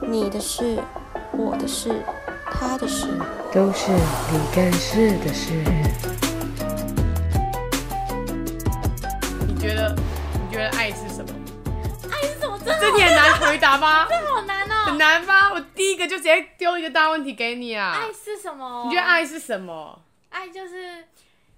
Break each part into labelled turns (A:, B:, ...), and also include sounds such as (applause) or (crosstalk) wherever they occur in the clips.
A: 你的事、我的事、他的事。
B: 都是你干事的事。
C: 你觉得你觉得爱是什么？
A: 爱是什么？真
C: 这你很难回答吧？
A: 的好难
C: 很
A: 哦！
C: 难吧？我第一个就直接丢一个大问题给你啊！
A: 爱是什么？
C: 你觉得？爱是什么？
A: 爱就是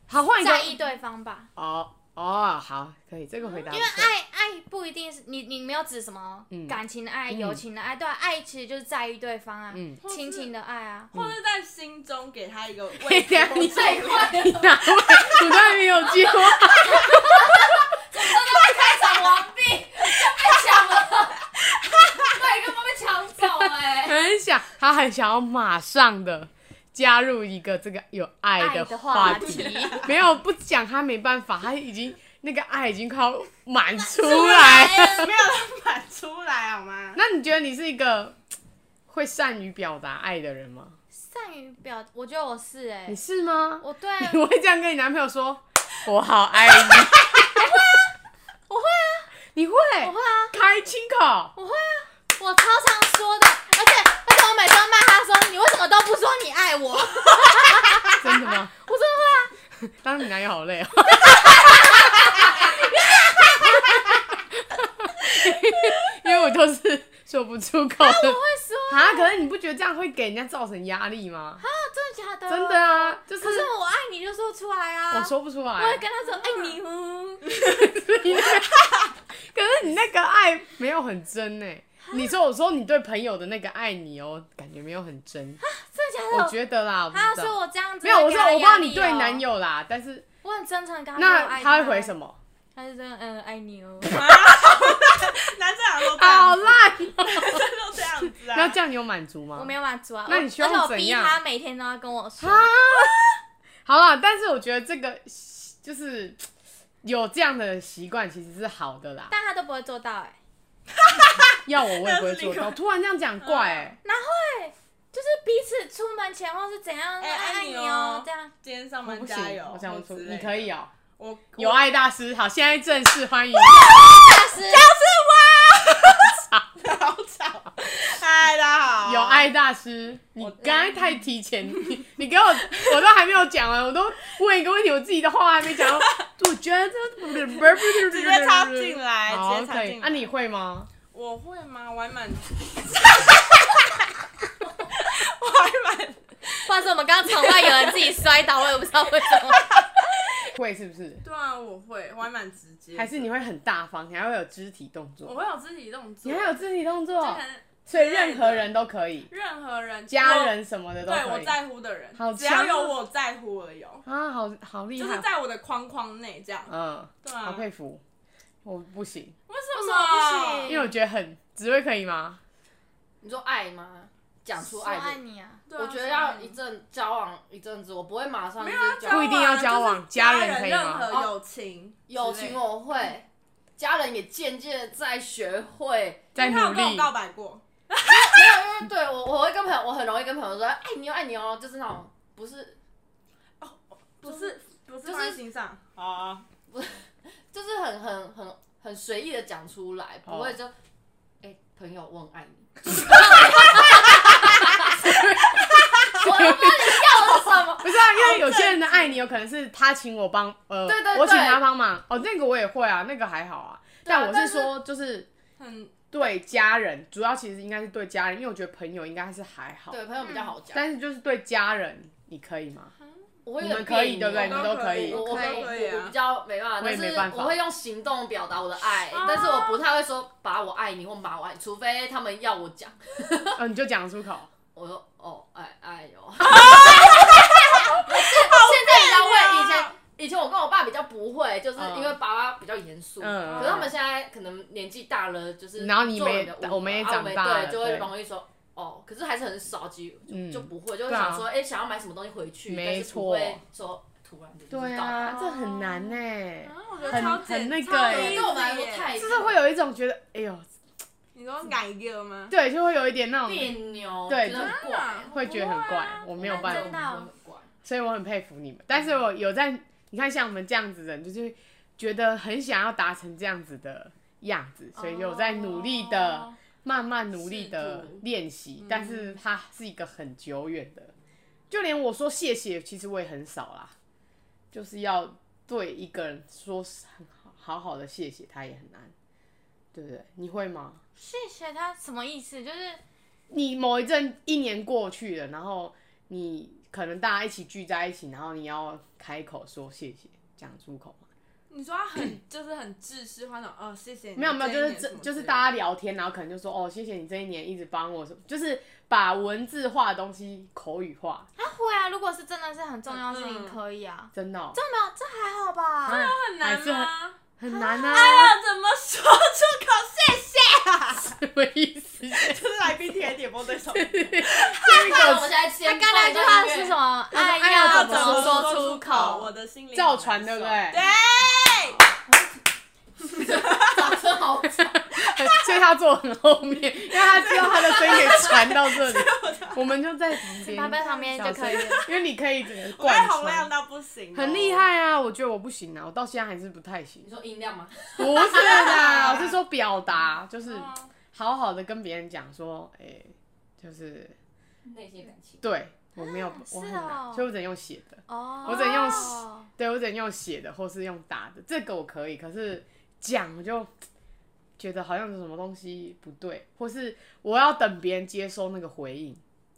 C: 好，换一个
A: 在意对方吧，
C: 哦哦，好，可以，这个回答
A: 因
C: 不
A: 为
C: 错。
A: 爱爱不一定是你你没有指什么
C: 嗯
A: 感情的爱、
C: 嗯
A: 友情的爱，对啊，爱其实就是在意对方啊
C: 嗯，
A: 亲情的爱啊。
D: 或者在心中给他一个
C: 哎
D: 位置
C: (laughs) 呀，你
D: 或
C: 太
D: 者
C: 快，你哪位？我当然没有接话。
A: 开场完毕，太强了，麦克风被抢走哎、
C: 很想，他很想要马上的加入一个这个有爱
A: 爱
C: 的
A: 的
C: 话
A: 话
C: 题。
A: 题，
C: 没有不讲，他没办法，他已经那个爱已经快要满 (laughs)
A: (laughs)
C: 出
A: 啊哎
C: 来。
D: 没有人满出来好吗？
C: 那你觉得你是一个会善于表达爱的人吗？
A: 善于表，我觉得我是哎、
C: 你是吗？
A: 我对啊
C: 你会这样跟你男朋友说：“
A: (laughs)
C: 我好 (laughs) 爱你。”会啊，
A: 我会
C: 啊，你会，
A: 我会啊，
C: 开亲口，
A: 我会啊，我超常说的，而且而且我每次都骂他说你为什么都不说你爱我，我真的啊
C: 真的吗？
A: 会啊，
C: 当你男友好累
A: (laughs)
C: 哦。因为我都是说不出口的
A: 我会说啊，
C: 啊，可是你不觉得这样会给人家造成压力吗？
A: 真的假的？
C: 真的，啊，就是
A: 可是我爱你就说出来啊，
C: 我说不出
A: 我
C: 来
A: 会，跟他说爱你哦，
C: (laughs) 可是你那个爱没有很真呢。你说，我说你对朋友的那个爱你哦，感觉没有很真，
A: 真的
C: 我
A: 假的？
C: 觉得啦，我不
A: 他
C: 知
A: 说
C: 道。
A: 我这样子
C: 没有，我
A: 会给
C: 说
A: 他
C: 我不知
A: 压
C: 道
A: 力
C: 你对
A: 哦
C: 男，友啦，但是
A: 我很真诚地跟他说我
C: 那
A: 爱哦
C: 他会回什？么？
A: 他就这样嗯爱你哦。
D: 啊 (laughs) 男生好像都这
C: 好
D: 样子，
C: 烂！ (laughs)
D: 男生都这样子
C: 那
D: 啊
C: 这。样你有满足吗？
A: 我没有满足啊。
C: 那你
A: 我
C: 希望
A: 而且我
C: 怎
A: 逼
C: 样
A: 他每天都要跟我说，
C: 啊，好啦，但是我觉得这个就是有这样的习惯其实是好的啦。
A: 但他都不会做到哎、
C: 要我我也不会做
D: 那是另
C: 到，
D: 外
C: 突然这样讲怪、欸，
D: 嗯
A: 哪会？就是彼此出门前或是怎样，
D: 哎
A: 爱
D: 爱
A: 你
D: 你
A: 哦
D: 哦，
A: 这样。
D: 今天上
C: 我
D: 班
C: 不
D: 加
C: 行
D: 油，，
C: 我想不
D: 或
C: 出，
D: 之类的
C: 你可，以哦、
D: 我
C: 有，爱大师，好，现在正式欢迎
A: 大师，
D: 我好吵。嗨，大家好，
C: 有爱大师。你刚才太提前， (laughs) 你你给我，我都还没有讲完，我都问一个问题，我自己的话还没讲完，我觉得直
D: 直接插进来
C: 好，
D: 直接插
C: 可以
D: 进
C: 那
D: 来
C: 你会吗？
D: 我会吗？我
C: (laughs)
D: 还蛮，我还蛮，
A: 话说我们刚刚场外有人自己摔倒，我也不知道为什么。
C: 会是不是？
D: 对啊，我会，我还蛮直接的，
C: 还是你会很大方，你还会有肢体动
D: 我
C: 作，
D: 会有肢体动作，
C: 你还有肢体动
D: 就
C: 作
D: 可，能
C: 所以任何人都可以，
D: 任何人，
C: 家人什么的都
D: 对
C: 可
D: 我
C: 以。
D: 在乎的人，
C: 好
D: 只要
C: 强哦
D: 有我在乎而已哦，
C: 啊，好好厉
D: 就是
C: 害，
D: 在我的框框内这样。
C: 嗯，
D: 对
C: 好
D: 啊，为
C: 佩服，我不行，
D: 什
A: 么不行
C: 因为我觉得很紫薇可以吗？
E: 你说爱吗？讲出
A: 我
E: 爱的
A: 爱你啊，
D: 对啊
E: 我觉得要一阵交往一阵子，我不会马上
D: 没
E: 就
D: 有啊
E: 是
D: 交
E: 交
C: 不一
D: 往
C: 定要交往
D: 就是
C: 家
D: 家
C: 人可以吗
D: 任何友情，
E: 友情，我会，家人也渐渐的在学会。
C: 在
D: 他有
C: 努
D: 跟我
C: 力，
D: 告白过，
E: 没有，因为对我我会跟朋友，我很容易跟朋友说爱你哦爱你哦，就是那种不是
D: 不是不是
E: 是
D: 放在心上啊，
E: 就是很很很很随意的讲出来，不会
D: 哦
E: 就哎、朋友我很爱你，就是不要我都不知道你要我什么。
C: 不是啊，因为有些人的爱你有可能是他请我帮，呃，
E: 对对对
C: 我请他帮忙，哦，那个我也会啊，那个还好啊，
E: 对啊
C: 但我
E: 但
C: 是
E: 是
C: 说就是
D: 很
C: 对家人，主要其实应该是对家人，因为我觉得朋友应该是还好，
E: 对朋友比较好
C: 嗯
E: 讲，
C: 但是就是对家人，你可以吗？
D: 啊
E: 我会
C: 你
E: 有
C: 们
E: 点
C: 可以
E: 别
C: 对
E: 扭
C: 不对？你都可以
D: 我
E: 我我
D: 可以
E: 我
D: 可以啊
E: 我比较没办法，
C: 我也
E: 但
C: 没
E: 是
C: 办法
E: 我会用行动表达我的爱，
D: 啊
E: 但是我不太会说把我爱你或把我爱你，除非他们要我讲，
C: 哦，你就讲得出口。
E: 我说哦爱爱
C: (laughs)
E: 哟。不是，现在比较会，以前以前我跟我爸比较不会，就是
C: 啊嗯
E: 因为爸爸比较严肃，
C: 嗯
E: 可是他们现在可能年纪大了，就是
C: 然后你
E: 做人
C: 们
E: 的啊
C: 也
E: 我
C: 我们也长大了
E: 对，就会
C: 对
E: 容易说。哦，可是还是很少，几乎就、
C: 嗯
E: 就不会，就会
C: 对啊
E: 想说，哎、想要买什么东西回去，
C: 没
E: 但是不
C: 错
E: 会说突然的就
C: 对
E: 知道。
C: 啊，这很难欸呢、
D: 啊我觉得
C: 很
D: 超简
C: 很那个
D: 超
C: 欸
D: 有
E: 对我们来
D: 意
E: 说
D: 思耶
E: 太
C: 就是会有一种觉得，哎呦，
D: 你说改个吗？
C: 对，嗯就会有一点那
E: 别
C: 种，
E: 扭，
C: 对
E: 觉得很怪
D: 啊，
C: 会觉得很怪，我没有办
A: 真
C: 法，
A: 的啊
E: 很怪。
C: 所以我很佩服你们。但是我有在，你看像我们这样子的人，就是觉得很想要达成这样子的样子，所以有在努力的慢慢努力的
E: 试图
C: 练习，但是它是一个很久远的。就连我说谢谢，其实我也很少啦，就是要对一个人说很好好好的谢谢，他也很难，对不对？你会吗？
A: 谢谢他什么意思？就是
C: 你某一阵一年过去了，然后你可能大家一起聚在一起，然后你要开口说谢谢，讲出口吗？
D: 你说他很 (clears throat) 就是很自私化那种，哦，谢谢你。
C: 没有没有，就
D: 这一
C: 是
D: 年什
C: 这
D: 么啊
C: 就是
D: 之类的
C: 大家聊天，然后可能就说哦，谢谢你这一年一直帮我什么，就是把文字化的东西口语化，
A: 他会啊，如果是真的是很重要的事情，
D: 嗯
A: 可以啊。
C: 真的哦、
A: 这没有，这还好吧？
C: 哎
D: 很难
C: 还是很 (laughs)
D: 吗？
C: 很难啊，
D: 哦啊，怎么说出口？谢谢啊！
C: 什么意思？ (laughs)
D: 就是来宾贴点播对 (laughs) 手，
E: 那我们现在先
A: 他刚才那句话是什
E: 么？
A: 么？
D: 哎
A: 爱
C: 爱要
A: 要
C: 怎
A: 怎
C: 么
A: 么
D: 说
A: 说出
D: 口？我
A: 口？
D: 的心里
C: 造船对不对？
D: 对，
E: 掌声好吵， (laughs)
C: 所以他坐很后面，因为他知道他的声音可以传到
D: (laughs)
C: 这里，
D: 啊
C: 我们就在旁边，
A: 他在旁边就可以
C: 小声
A: 了。
C: 因为你可以整个
D: 我被
C: 贯
D: 洪亮
C: 穿，
D: 到不行，
C: 很厉。害啊！我觉得我不行啊，我到现在还是不太行
E: 你。说音量吗？
C: 不是
D: (laughs)
C: 啦，我是说表达，就是
A: 嗯
D: 哦
C: 好好的跟别人讲说，哎、就是
E: 内心感情。
C: 对我没有，
D: 啊
C: 我
A: 是
C: 很
A: 哦
C: 难，所以我只能用写的。
A: 哦，
C: 我只能用对我只能用写的或是用打的，这个我可以，可是讲我就觉得好像有什么东西不对，或是我要等别人接收那个回应，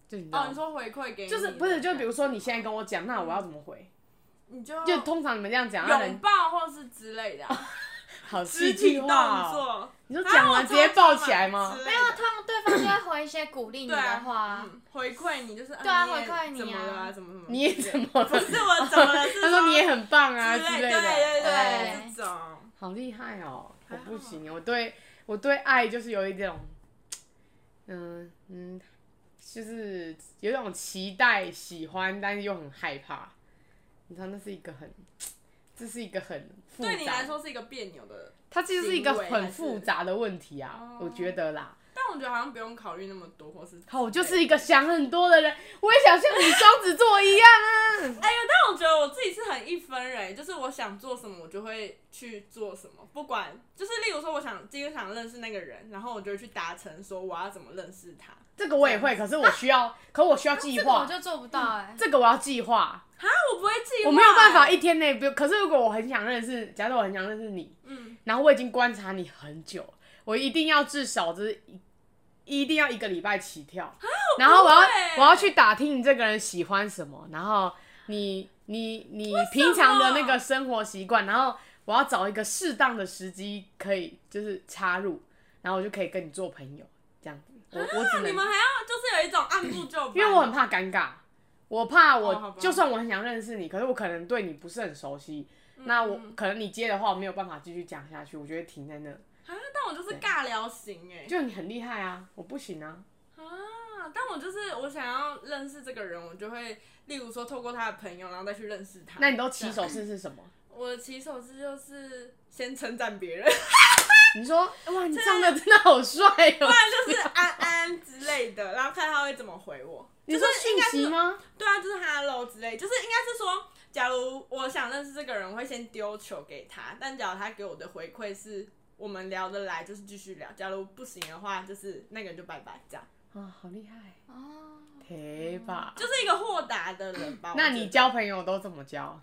C: 就你知道
D: 哦，
C: 吗
D: 你说回馈给你
C: 就是不是就比如说你现在跟我讲，那我要怎么回？
D: 你就
C: 就通常你们这样讲，让
D: 拥
C: 人
D: 抱或是之类
C: 哦
D: 的啊
C: 好戏
D: 肢体
C: 剧
D: 动
C: 化哦。
D: 作，
C: 你说
D: 啊
C: 讲完直接抱起来吗？
D: 没
A: 没有，通常对方就会回一些鼓励你
D: 对啊
A: 的话，
D: 嗯回馈你就是
A: 对啊
D: 你也
A: 回馈你啊
D: 怎么了啊，怎么怎么，
C: 你也怎么了？
D: 不
C: (laughs)
D: 是我怎么了？是
C: 他说你也很棒啊之
D: 之类，
C: 类
D: 对
C: 的，
D: 对对
A: 对，
D: 这种
C: 好厉害哦！我
D: 还好
C: 不行，我对我对爱就是有一种，嗯嗯，就是有一种期待、喜欢，但是又很害怕。你知道，那是一个很，这是一个很复杂。
D: 对你来，说是一个别扭的，
C: 它其实是一个
D: 行为还
C: 很
D: 是哦
C: 复杂的问题啊，我觉得啦。哦
D: 但我觉得好像不用考虑那么多，或是
C: 好，我就是一个想很多的人，我也想像你双子座一样啊。
D: 哎呀，但我觉得我自己是很一分人，欸就是我想做什么，我就会去做什么，不管就是例如说，我想今天想认识那个人，然后我就会去达成说我要怎么认识他。
C: 这个我也会，可是我需要，可我需要计
A: 这个我
C: 划。
A: 就做不到哎。
C: 这个我要计划，
D: 啊，我不会计划，
C: 我没有办法一天内不。可是如果我很想认识，假设我很想认识你，
D: 嗯，
C: 然后我已经观察你很久，我一定要至少就是一一定要一个礼拜起跳，然后我要我要去打听你这个人喜欢什么，然后你你你平常的那个生活习惯，然后我要找一个适当的时机可以就是插入，然后我就可以跟你做朋友这样子。我我只
D: 你
C: 能
D: 们还要就是有一种按部就班，
C: 因为我很怕尴尬，我怕我、
D: 哦好吧
C: 就算我很想认识你，可是我可能对你不是很熟悉，
A: 嗯
C: 那我可能你接的话我没有办法继续讲下去，我就会停在那。
D: 啊，但我就是尬聊型哎、
C: 就你很厉害啊，我不行啊，
D: 啊，但我就是我想要认识这个人，我就会例如说透过他的朋友，然后再去认识他。
C: 那你都起手式是什么？
A: (laughs)
D: 我的起手式就是先称赞别人， (laughs)
C: 你说哇，你长得真的好帅哦、
A: 啊
D: 不然就是安安之类的，然后看他会怎么回我。
C: 你说讯息吗？
D: 对啊，就是 hello 之类，就是应该是说，假如我想认识这个人，我会先丢球给他，但假如他给我的回馈是我们聊得来，就是继续聊；假如不行的话，就是那个人就拜拜，这样
C: 啊、好厉害，
A: 哦，
D: 嗯
C: 贴
A: 嗯
C: 吧。
D: 就是一个豁达的人吧。
C: 那
D: 我觉
C: 你
D: 得
C: 交朋友都怎么交？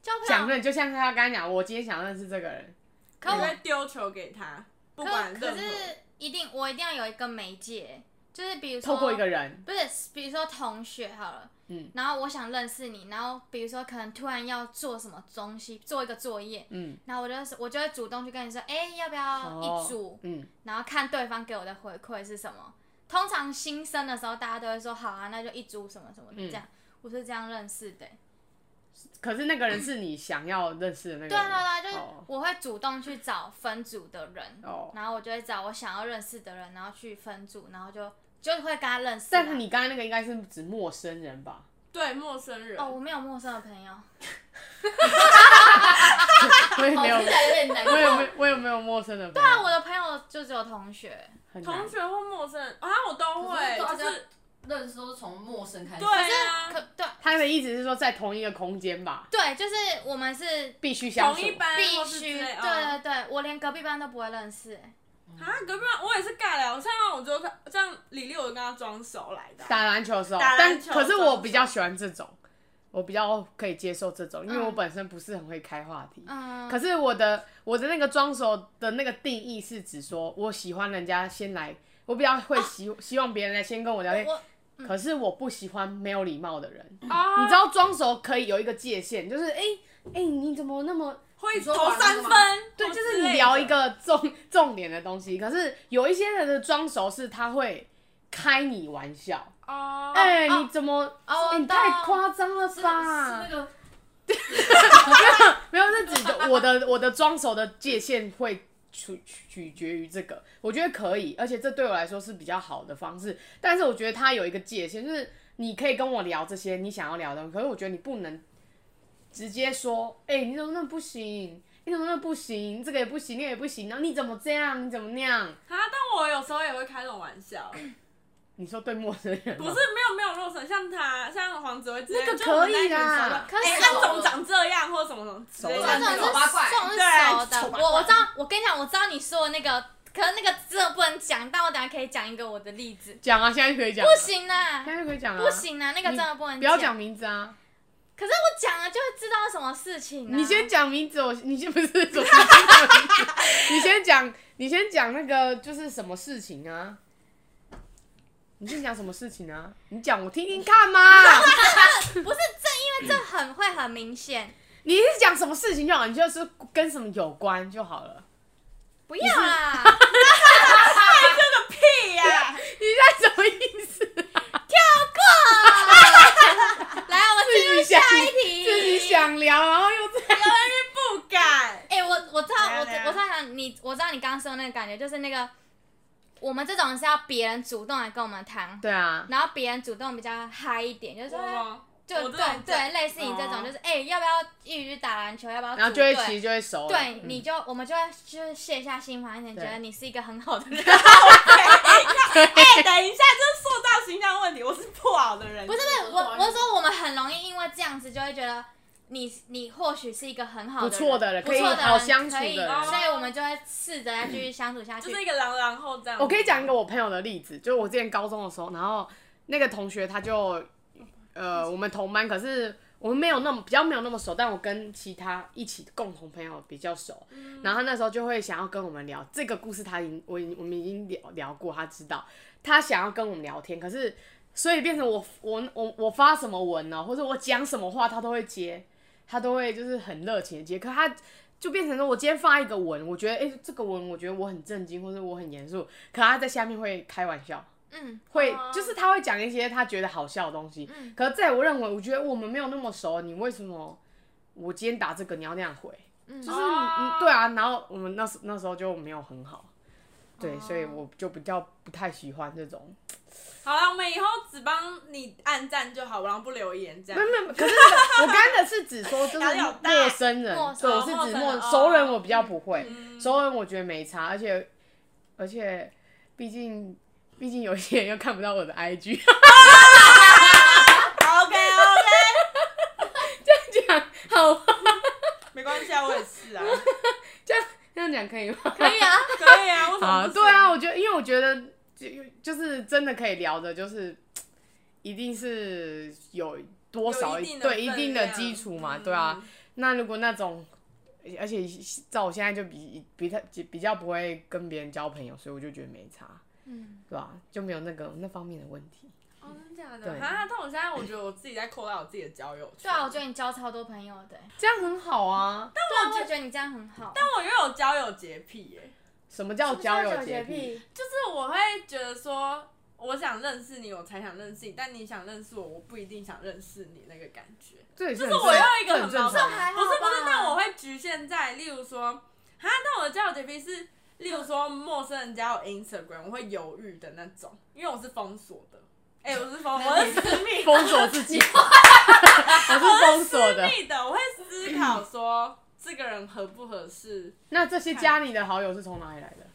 A: 交
C: 讲
A: 朋友，
C: 认就像他刚刚讲，我今天想认识这个人，
A: 可
D: 你会
A: 我
D: 丢球给他，不管
A: 可哦可
D: 任何
A: 是一定我一定要有一个媒介，就是比如说
C: 透过一个人，
A: 不是，比如说同学好了，
C: 嗯
A: 然后我想认识你，然后比如说可能突然要做什么东西，做一个作业，
C: 嗯，
A: 然后我就是我就会主动去跟你说，哎、要不要
C: 哦
A: 一组？
C: 嗯，
A: 然后看对方给我的回馈是什么。通常新生的时候，大家都会说好啊，那就一组什么什么的
C: 嗯
A: 这样。我是这样认识的、
C: 可是那个人是你想要认识的那个
A: 对啊
C: 人，
A: 对啊，对啊就是
C: 哦
A: 我会主动去找分组的人，
C: 哦
A: 然后我就会找我想要认识的人，然后去分组，然后就就会跟他认识啊。
C: 但是你刚才那个应该是指陌生人
D: (laughs)
C: 吧？
D: 对陌生人，
A: 哦，我没有陌生的朋友，
C: 我也
E: 好，
C: 没有
D: 哦
E: 听起，来有点难
C: 我也
E: 过。
C: 没，我也没有陌生的朋友。对
A: 那我的朋友就只有同学。
C: 很难
D: 啊同学或陌生人啊，我都会，
E: 可是
D: 就
E: 大家
D: 是
E: 认识都是从陌生开始。
D: 对啊
A: 可，对
C: 他的意思是说，在同一个空间吧，
A: 对，就是我们是
C: 必须相
D: 同
C: 处。
D: 一班
A: 必
D: 或是之
A: 须，
D: 类
A: 对
D: 哦
A: 对对，我连隔壁班都不会认识、欸
D: 啊，隔壁班我也是尬聊，像我就这样李丽，我就跟他装熟来的啊。
C: 打篮球的时候，
D: 打
C: 但
D: 篮球
C: 可是
D: 装
C: 我
D: 熟
C: 比较喜欢这种，我比较可以接受这种，因为
D: 嗯
C: 我本身不是很会开话题。
A: 嗯，
C: 可是我的我的那个装熟的那个定义是指说，我喜欢人家先来，我比较会希、
D: 啊
C: 希望别人来先跟我聊天
A: 我，
C: 可是我不喜欢没有礼貌的人。
D: 啊
C: 你知道装熟可以有一个界限，就是哎哎、诶你怎么那么
D: 会
E: 说
D: 投
E: 玩
D: 三
E: 是吗
D: 分，
C: 对，
D: 投
C: 就
D: 哦之
C: 是
D: 类
C: 你聊
D: 的
C: 一个重重点的东西。可是有一些人的装熟是他会开你玩笑，
D: 哦，
C: 哎、
A: 哦
C: 你怎么？
A: 哦
C: 诶
A: 我
C: 你太
A: 懂
C: 夸张了
E: 是
C: 吧
E: 那？个
C: 没有，是指的我的我的装熟的界限会取取取决于这个。我觉得可以，而且这对我来说是比较好的方式。但是我觉得它有一个界限，就是你可以跟我聊这些你想要聊的东西，可是我觉得你不能直接说，哎、你怎么那么不行？你怎么那么不行？这个也不行，那个也不行，然后你怎么这样？你怎么那样？
D: 啊，但我有时候也会开这种玩笑，
C: 嗯你说对陌生人吗
D: 不是没有没有落成，像他像黄子薇之类，
C: 那个
D: 就我们
C: 可以
D: 那一群
C: 啦
D: 熟的
A: 可是
D: 哎，
A: 熟
D: 他怎么长这样，或者什么什么之类
C: 熟
A: 这
C: 的
D: 的
A: 种
D: 那
A: 是
D: 种
A: 这
E: 丑八怪
A: 种是
C: 啊
A: 熟
D: 对丑
A: 的，
D: 八怪
A: 我我知道，我跟你讲，我知道你说的那个，可是那个真的不能讲，但我等下可以讲一个我的例子，
C: 讲啊，现在就可以讲啊，
A: 不行啦
C: 现，在就可以讲啊，
A: 不，行啦，那个真的不能
C: 不要讲名字啊！
A: 可是我讲了就会知道什么事情、啊。
C: 你先讲名字，我你先不是什么事情讲名字，你先讲，你先讲那个就是什么事情啊？你先讲什么事情啊？你讲我听听看 (laughs) 嘛。
A: 不是这，因为这很会很明显。
C: 你是讲什么事情就好，你就是跟什么有关就好了。
A: 不要啦，
D: 屁 (laughs) 呀，
C: 你在什么意思？
A: 来，我们进入下一题。
C: 自己想聊，然后又在
D: 不敢。
A: 哎、我我知道，我
D: 来啊来啊
A: 我知道想你，我知道你刚刚说的那个感觉，就是那个我们这种是要别人主动来跟我们谈，
C: 对啊，
A: 然后别人主动比较嗨一点，就是说
D: 我
A: 就
D: 我这
A: 对
D: 种
A: 对，类似你这
D: 哦
A: 种，就是哎、要不要一起去打篮球？要不要组队？
C: 然后就会其实就会熟了。
A: 对，
C: 嗯
A: 你就我们就会就是卸下心防一点，觉
C: 对
A: 得你是一个很
D: (laughs)
A: 好的人。
D: 哎，等一下，这是塑造形象问题，我是不好的人，
A: 不是不是，我我是说我们很容易因为这样子就会觉得你你或许是一个很好的
C: 不
A: 人
C: 错的人
A: 不错
C: 可以
A: 的人
C: 好相处
A: 可
C: 的
A: 以
C: 人
A: 所以我们就会试着要继续相处下去。
D: 就是一个狼然后这样。
C: 我可以讲一个我朋友的例子，就是我之前高中的时候，然后那个同学他就，呃，我们同班，可是我们没有那么比较没有那么熟，但我跟其他一起共同朋友比较熟，然后他那时候就会想要跟我们聊这个故事，他已经我已经我们已经聊聊过，他知道他想要跟我们聊天，可是所以变成我我我我发什么文呢、啊或者我讲什么话，他都会接，他都会就是很热情的接，可他。就变成说，我今天发一个文，我觉得，哎、这个文我觉得我很震惊，或者我很严肃，可他在下面会开玩笑，
A: 嗯，
C: 会
D: 哦
C: 就是他会讲一些他觉得好笑的东西。
A: 嗯
C: 可是在我认为，我觉得我们没有那么熟，你为什么我今天打这个你要那样回？
A: 嗯
C: 就是你、你对啊，然后我们那时那时候就没有很好，
A: 哦
C: 对，所以我就比较不太喜欢这种。
D: 好了，我们以后只帮你按赞就好，然后不留言这
C: 没
D: 样
C: 有。没有，可是那个我刚才是指说就是
D: 压力好大
C: 陌生人，
A: 陌
C: 对，
A: 生
C: 我是指陌
D: 陌生人哦
C: 熟人，我比较不会，
D: 嗯
C: 熟人我觉得没差，而且而且毕竟毕竟有些人又看不到我的 IG。
D: OK OK，
C: 讲好吗，
D: 没关系啊，我也是 (laughs) 啊，
C: 这样讲可以吗？
A: 可以
D: (laughs)
A: 啊，
D: 可以啊，为什么
C: 好，
D: 不
C: (laughs) 对啊，
D: 行，
C: 我觉得，因为我觉得就就是真的可以聊的，就是一定是有多少
D: 有一定的
C: 对一
D: 分
C: 定的
D: 量
C: 基础嘛，
D: 嗯
C: 对啊。那如果那种，而且照我现在就比比他比较不会跟别人交朋友，所以我就觉得没差，
A: 嗯，
C: 对吧、就没有那个那方面的问题。
D: 哦，真的假
C: 对
D: 的？啊，但我现在我觉得我自己在扩大我自己的交友圈。
A: 对啊，我觉得你交超多朋友的、欸，
C: 这样很好啊。
A: 对啊，我也觉得你这样很好。
D: 但我又有交友洁癖耶、
C: 什么叫交友洁癖？
A: 癖，
D: 就是我会觉得说，我想认识你，我才想认识你，但你想认识我，我不一定想认识你那个感觉。
C: 这也是
D: 就
C: 很
D: 是
C: 正
D: 我又一个
C: 这很
D: 很
C: 正
D: 矛盾
C: 常啊。
A: 还好
D: 不是不是
A: 吧，
D: 但我会局限在，例如说，啊，那我的交友洁癖是，例如说陌生人加我 Instagram，我会犹豫的那种，因为我是封锁
C: (laughs)
D: 的。哎、我是封，我是私密，
C: 封锁自己，我是封锁的
D: 私。密的，我会思考说这个人合不合适，
C: 那这些加你的好友是从哪里来的？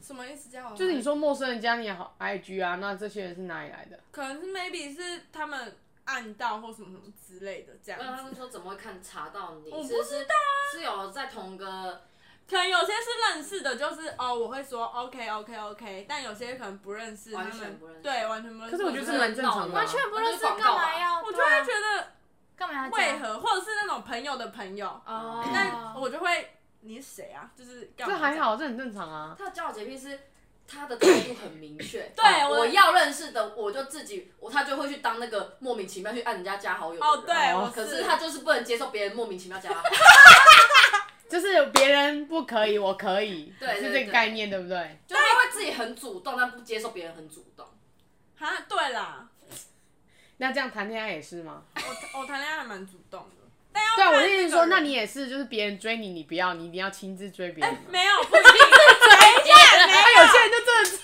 D: 什么意思？叫
C: 就是你说陌生人加你好 IG 啊，那这些人是哪里来的？
D: 可能是 maybe 是他们按到或什么什么之类的这样
E: 没有，他
C: 嗯
D: 子
E: 们，说怎么会看查到你？
D: 我不
E: 是
D: 知道啊
E: 是是有在同个
D: 可能有些是认认识的，就是哦，我会说 OK OK OK，但有些可能不认识，他
E: 完全
D: 们
E: 不认识
D: 对完全不认
C: 可
D: 识。
C: 是我觉得这蛮正
E: 呃
C: 常的啊
A: 完全不认识，干嘛？要？
D: 我就
A: 对啊
D: 会觉得
A: 干嘛要这
D: 为
A: 样？
D: 何，或者是那种朋友的朋友，
A: 哦，
D: 但我就会你是谁啊？就是干嘛
C: 这还好，这很正常啊。
E: 他的交友洁癖是他的态度很明确，
D: 对
E: 哦
D: 我
E: 我要认识的我就自己，我他就会去当那个莫名其妙去按人家加好友的
D: 哦，
E: 人
D: 对，我
E: 可是他就是不能接受别人莫名其妙加好友，
C: 就是别人不可以，我可以，
E: 对对
C: 是这个概念，对不对？
E: 就他会自己很主动，但不接受别人很主动。
D: 啊，对啦，
C: 那这样谈恋爱也是吗？
D: 我我谈恋爱还蛮主动的，
C: 对啊，
D: 看
C: 我的意思
D: 那
C: 是
D: 个
C: 说，
D: 人
C: 那你也是，就是别人追你，你不要，你一定要亲自追别人吗。
D: 没有不
C: (laughs)
D: 一定，等一下，没
C: 啊，有些人就真的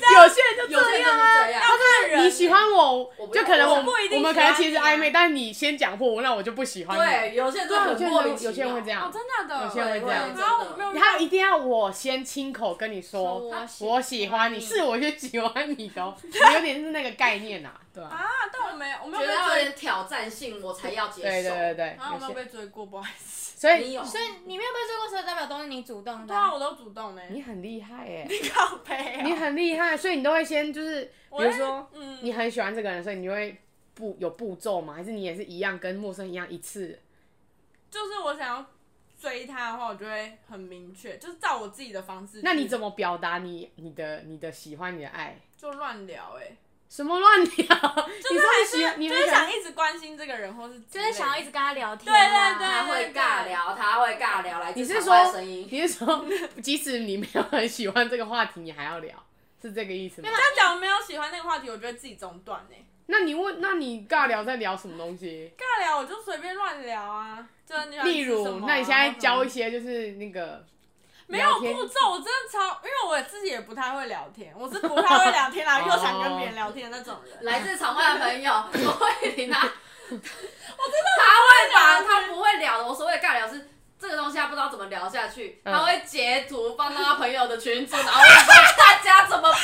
C: 这样，有些人就
E: 有些
C: 这
E: 人就是
C: 样啊。
E: 这样，
D: 看人
C: 你喜欢我
E: 我，不
C: 就可能我
D: 我不一定
C: 我们可能
D: 喜欢
C: 其实
D: 你啊
C: 暧昧，但你先讲破，那我就不喜欢你。
E: 对，有些人就
C: 对啊，有
E: 很
C: 些
E: 莫名
C: 人
E: 其
C: 就有
E: 妙
C: 些人会这样
D: 哦，，真的的，
C: 有些人会这样
D: 然后我没有遇
C: 你
D: 到
C: 还一定要我先亲口跟你说
A: 说我喜，
C: 我喜欢你，
A: 欢你
C: 是我就喜欢你的哦，你有点是那个概念呐，对吧？
D: 啊，但我没有，我没
E: 觉
D: 有
E: 得
D: 被
E: 要有
D: 追，
E: 点挑战性，我才要接受。
C: 对对对对，
D: 然后我没有
C: 有些
D: 被追过，不好意思。
C: 所
E: 你
C: 以
E: 有，
A: 所以你没有被追过，所以代表都是你主动的
D: 对
A: 啊。
D: 啊，我都主动呢。
C: 你很厉害哎，
D: (laughs) 靠背啊！
C: 你很厉害，所以你都会先就是，比
D: 我
C: 如
D: 会
C: 说
D: 嗯，
C: 你很喜欢这个人，所以你就会步有步骤吗？还是你也是一样跟陌生一样一次？
D: 就是我想要追他的话，我就会很明确，就是照我自己的方式去。
C: 那你怎
D: 么
C: 么表达你你的你的喜欢你的爱？
D: 就乱聊？哎，
C: 什么乱聊？你说你喜欢你
D: 就
C: 很
D: 是
C: 喜欢
D: 想一直关心这个人，或是就
A: 就是想要一直跟他聊天
D: 对
A: 啊。
D: 对对
E: 他会尬聊，他会尬聊来自
C: 你是
E: 场外
C: 说
E: 声音，
C: 你是说即使你没有很喜欢这个话题，你还要聊，是这个意思吗？
D: 他讲我没有啊喜欢那个话题，我就会自己中断哎。
C: 那你问，那你尬聊在聊什么东西？
D: 尬聊我就随便乱聊啊，就是你想吃
C: 例
D: 什么
C: 如，
D: 啊
C: 那你现在教一些就是那个
D: 没有
C: 聊天
D: 步骤，我真的超，因为我自己也不太会聊天，我是不太会聊
C: (laughs)
D: 天啦，又想
C: 哦
D: 跟别人聊天的那种人。
E: 来自场外的
D: (laughs)
E: 朋友，我会琳娜，我真的他会把他不会聊的，我所谓的尬聊是这个东西他不知道怎么聊下去，
C: 嗯
E: 他会截图放到他朋友的群组，然后问说大家怎么办？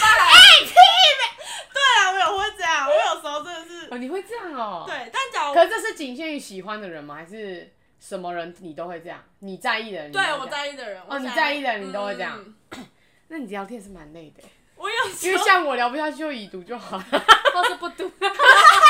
D: 对啊，我有会这样，我有时候真的是
C: 哦，你会这样哦？。
D: 对，但假如
C: 可是这是仅限于喜欢的人吗？还是什么人你都会这样？你在意的人你都会
D: 对
C: 这样？
D: 我在意的人，
C: 哦你
D: 想
C: 在意的人你都会这样
D: 嗯
C: 那你聊天是蛮
D: (laughs)
C: 累的，
D: 我有
C: 因
D: 时
C: 为
D: 候
C: 像我聊不下去就已读就好
D: (laughs)
C: 了。
A: 或是不读。
C: (laughs)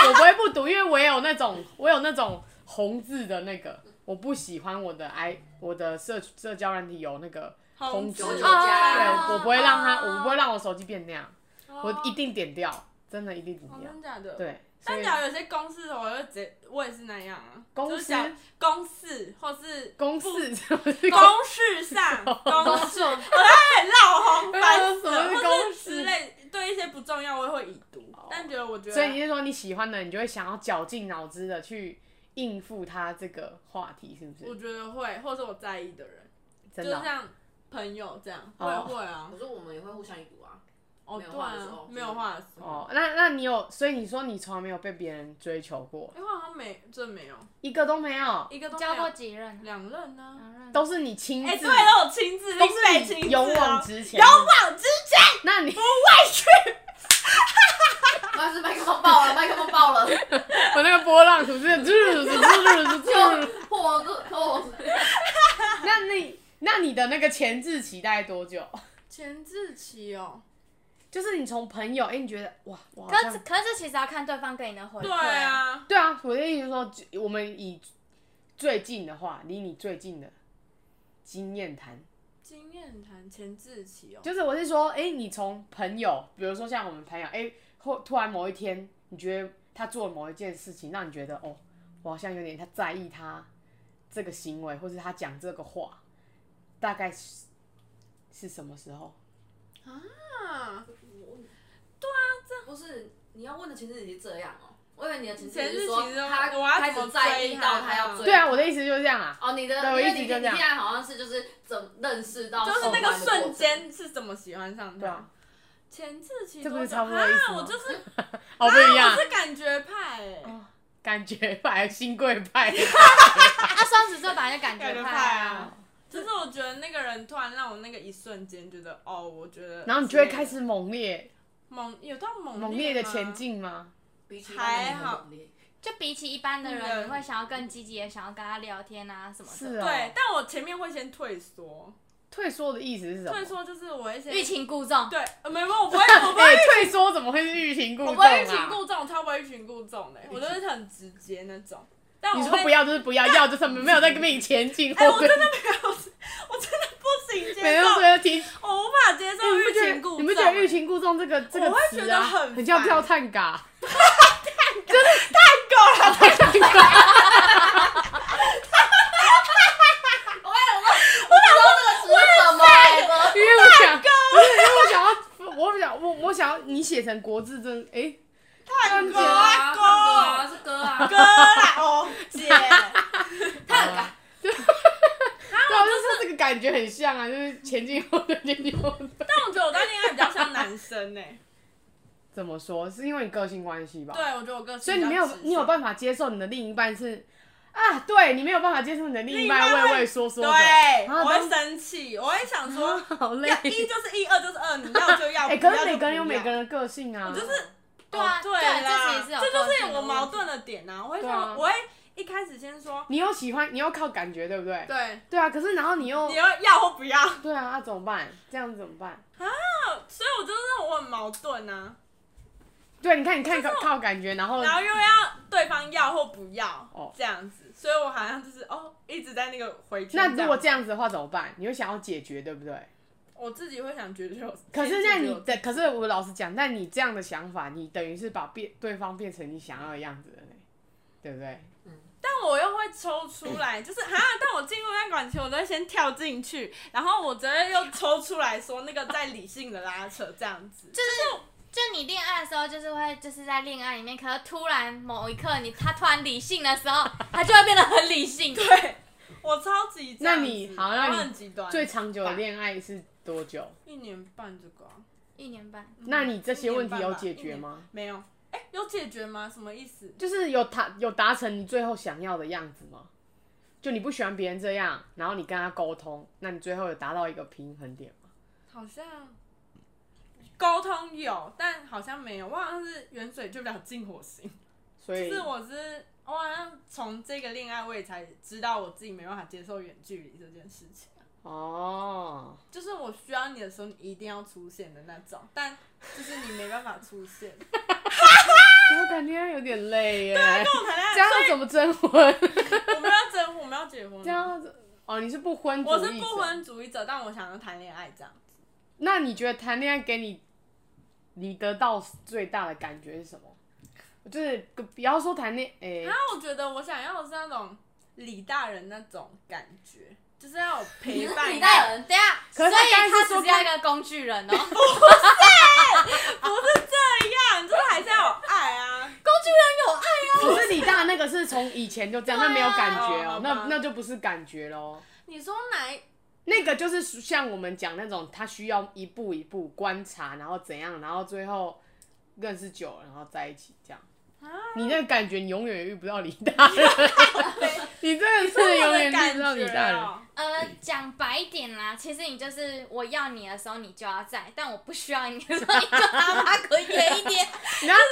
C: 我不会不读，因为我也有那种我有那种红字的那个，我不喜欢我的 i 我的社社交软体有那个红字，
E: 九九
C: 对
E: 加
A: 哦，
C: 我不会让它，
D: 哦
C: 我不会让我手机变那样，我一
D: 哦
C: 定点掉，真的一定点
D: 哦
C: 掉，
D: 真假的。
C: 对。所
D: 但
C: 以
D: 假如有些公式，我就直接我也是那样啊，
C: 公
D: 就是
C: 式
D: 假如公式或是
C: 公式 (laughs) 什么是
D: 公
C: 公
D: 式
C: (laughs)
D: 上公式
A: 是我
D: 绕红烦死
C: 哎呦什
D: 了，
C: 么是
D: 或
C: 公
D: 是
C: 式
D: 之类对一些不重要我也会已读，但觉得我觉得
C: 啊所以你是说你喜欢的，你就会想要绞尽脑汁的去应付他这个话题，是不
D: 我
C: 是？
D: 觉得会，或是我在意的人，
C: 真
D: 就
C: 的
D: 是
C: 哦、
D: 像朋友这样，我也
C: 哦
D: 会啊
E: 我。说我们也会互相一读啊，
D: 哦，
E: 没有
D: 对
E: 话的时
D: 啊
E: 候，
D: 没有话的时候，
C: 哦，那那你有，所以你说你从来没有被别人追求过，
D: 哎因为好像没真没有
C: 一个都没有，
D: 一个都没有
A: 交过几任啊？
D: 两任呢。
A: 两任。
C: 都是你亲
D: 哎，
C: 自，
D: 对了，我亲自
C: 都
D: 被
C: 是
D: 亲
C: 你
D: 自
C: 勇往
D: 哦
C: 直前，
D: 勇往直前，
C: 那你 (laughs)
E: 但是麦克风 (laughs) 爆了，麦克风爆了，
C: 我那个波浪图是
E: 就破破，
C: 那你那你的那个前置期大概多久？
D: 前置期哦，
C: 就是你从朋友，哎、你觉得哇，我好
A: 可是
C: 像
A: 可是这其实要看对方给你的回馈。
D: 对。啊，
C: 对啊，我的意思是说，就我们以最近的话，离你最近的经验谈，
D: 经验谈前置期哦，
C: 就是我是说，哎、你从朋友，比如说像我们朋友，哎、或突然某一天，你觉得他做了某一件事情，让你觉得哦，我好像有点他在意他这个行为，或是他讲这个话，大概是是什么时候？
D: 啊，
E: 不是你要问的，其实已经这样哦，我以为你的情
D: 前
E: 是
D: 置
E: 说
D: 期是
E: 他
D: 我要
E: 开
D: 怎么
E: 始在
D: 追
E: 意
D: 他
E: 到他要追，
C: 对啊，我的意思就是这样啊。
E: 哦，你的，
C: 对
E: 因
C: 我
E: 为
C: 一直
E: 你
C: 就
E: 你
C: 这样
E: 现在好像是就是怎认识到，
D: 就是那个瞬，间是怎么喜欢上
C: 对
D: 他
C: 啊？
D: 前置期
C: 这不
D: 多
C: 是
D: 久
C: 差不多的意思
D: 啊，
C: 吗
D: 我
C: (laughs)
D: 就是
C: 哦，不一样
D: 我，是感觉派欸，
C: 哦感觉派、新贵派， (laughs)
A: 啊，双子座本来就感觉派啊。，
D: 就是我觉得那个人突然让我那个一瞬间觉得哦，我觉得，
C: 然后你就会开始猛 (laughs) 烈、
D: 猛有到猛
C: 猛烈的
D: 吗
C: 前，进吗？
E: 比起
D: 还好
A: 就比起一般的人，
D: 嗯
A: 你会想要更积极的想要跟他聊天啊什么的。
C: 是哦，
D: 对，但我前面会先退缩，
C: 退缩的意思是什么？
D: 退，缩就是我一些
A: 欲擒故纵，
D: 对，呃没有，我不会，我不会
C: 哎、退缩怎么会是欲擒故
D: 我
C: 纵
D: 不会
C: 啊
D: 欲擒？故纵，超不会欲擒故
C: (laughs)
D: 纵的，我都是很直接那种。但
C: 你
D: 我
C: 说
D: 会
C: 不，要就是不要，要就是没有在跟你前进
D: (laughs) 哎、
C: 或
D: 我
C: 跟
D: 真的没有，我 (laughs) 真的不行
C: 没
D: 接
C: 有
D: 受，
C: 说要停。
D: 我无法接受
C: 你
D: 欲
C: 不觉得
D: 擒故纵。
C: 你不觉得欲擒故纵这个这个
D: 我会
C: 词
D: 觉得
C: 啊，
D: 很
C: 很像
D: 烦
C: 跳探啊嘎？
D: (laughs)
E: 这个是什么欸？
C: 因为我想，不是因为我想要，我想我我想要你写成国字真哎、
D: 探戈
E: 歌啊，
D: 啊哥
E: 唱歌啊，是歌啊
C: (laughs)
D: 哥，啦哦姐，
E: 探戈。
C: 对啊，就是这个感觉很像啊，就是前进后 (laughs) 退，前进后退。
D: 但我觉得我在恋爱比较像男生呢、欸
C: 怎么说？是因为你个性关系吧？
D: 对，，我觉得我个性，
C: 所以你没有你有
D: 法，
C: 办法接受你的另一半是啊，对你没有办法接受你的另一
D: 另一半
C: 半
D: 会
C: 畏畏缩缩的，
D: 对，
C: 啊
D: 我会生气，我会想说，
C: (laughs) 好累
D: 要。一就是一，二就是二，你要就要，
C: (laughs) 哎、
D: 不
C: 可是
D: 要就
C: 每个人有
D: 不
C: 每
D: 要
C: 个人的个性啊，
D: 就是
A: 对啊
D: 哦对
A: 对
D: 啦
A: 这其实是有
D: 这就是
A: 个性的
D: 我矛盾的点啊！我会
C: 对
D: 说，
C: 啊
D: 我会一开始先说，
C: 你又喜欢，你又靠感觉，对不对？
D: 对，
C: 对啊，可是然后你又
D: 你要要或不要，
C: 对啊，那、怎么办？这样怎么办？
D: 所以我就是我很矛盾啊，
C: 对，你看，你看靠靠感觉，然后
D: 然后又要对方要或不要
C: 哦
D: 这样子，所以我好像就是哦，一直在那个回圈。
C: 那如果这，样子的话怎么办？你会想要解决，对不对？
D: 我自己会想觉得有，
C: 可是那
D: 先解决
C: 你
D: 我
C: 的，可是我老实讲，但你这样的想法，你等于是把变对方变成你想要的样子了嘞，对不对？
D: 但我又会抽出来，就是哈，但我进入那感情，我都会先跳进去，然后我直接又抽出来说那个在理性的拉扯这样子，
A: 就是就你恋爱的时候，就是会就是在恋爱里面，可是突然某一刻你他突然理性的时候，他就会变得很理性。
D: 对我超级这样
C: 那
D: 子，
C: 你好，
D: 我
C: 那
D: 很
C: 你
D: 极端，
C: 最长久的恋爱是多久？
D: 一年半这个啊、
A: 一年半，
C: 那你这些问题
D: 一年
C: 有
D: 半吧
C: 解决？
D: 一年
C: 吗？
D: 没有，哎、有解决吗？什么意思？
C: 就是有达有达成你最后想要的样子吗？就你不喜欢别人这样，然后你跟他沟通，那你最后有达到一个平衡点吗？
D: 好像沟通有，但好像没有。我好像是远水救不了近火星，
C: 所
D: 就
C: 以
D: 是我是我好像从这个恋爱我也才知道我自己没办法接受远距离这件事情。啊
C: 哦，
D: 就是我需要你的时候，你一定要出现的那种，但就是你没办法出
E: (laughs)
D: 现。
C: 我感觉有点累耶，
D: 啊我谈恋
C: (laughs)
D: 爱
C: 这样要怎么征婚？
D: 我们要征婚，我们要结婚吗，
C: 这样子哦，你是不婚主义
D: 我
C: 者
D: 是不婚主义者，但我想要谈恋爱这样。
C: 那你觉得谈恋爱给你，你得到最大的感觉是什么？就是不要说谈恋诶、
D: 那我觉得我想要的是那种李大人那种感觉，就是要有陪伴。
E: (laughs) 李大人
A: 等一下，
C: 可是
A: 所以
C: 他刚才
A: 他
C: 是说
A: 只是要一个工具人哦，工
D: 不是这样，就是还是要有爱
C: (laughs)
D: 啊。
A: 具人有爱啊。
C: 可是李大那个是从以前就这样，那没有感觉哦、
D: 哦好吧
C: 那那就不是感觉喽。
D: 你说哪一？
C: 那个就是像我们讲那种，他需要一步一步观察，然后怎样，然后最后认识久了，然后在一起这样。
D: 啊
C: 你那个感觉，你永远也遇不到李大
D: (laughs)
C: 人， (laughs) 你真的是
D: 我
C: 永
D: 的
C: 远遇
D: 感
C: 不
D: 觉
C: 到李大人。
D: 哦
A: 呃，讲白一点啦，其实你就是我要你的时候你就要在，但我不需要你的时候你就他妈滚远一点。
C: 然后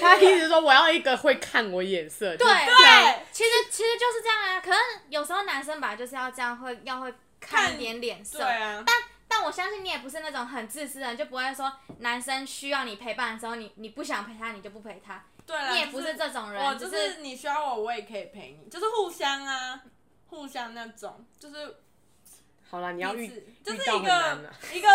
C: 他一直说我要一个会看我眼色，就
A: 对
C: 是这样
A: 对，其实其实就是这样啊。可能有时候男生本来就是要这样，会要会看
D: 看
A: 一点脸色。
D: 对啊，
A: 但但我相信你也不是那种很自私的人，就不会说男生需要你陪伴的时候，你你不想陪他，你就不陪他。
D: 对啦，
A: 你也不是这种人，
D: 我
A: 就
D: 就是是你需要我，我也可以陪你，就是互相啊，互相那种，就是
C: 好啦，你要
D: 彼
C: 遇
D: 此，就
C: 遇
D: 是
C: 到
D: 一
C: 很难啊
D: 个
C: 啦，
D: (laughs) 一个，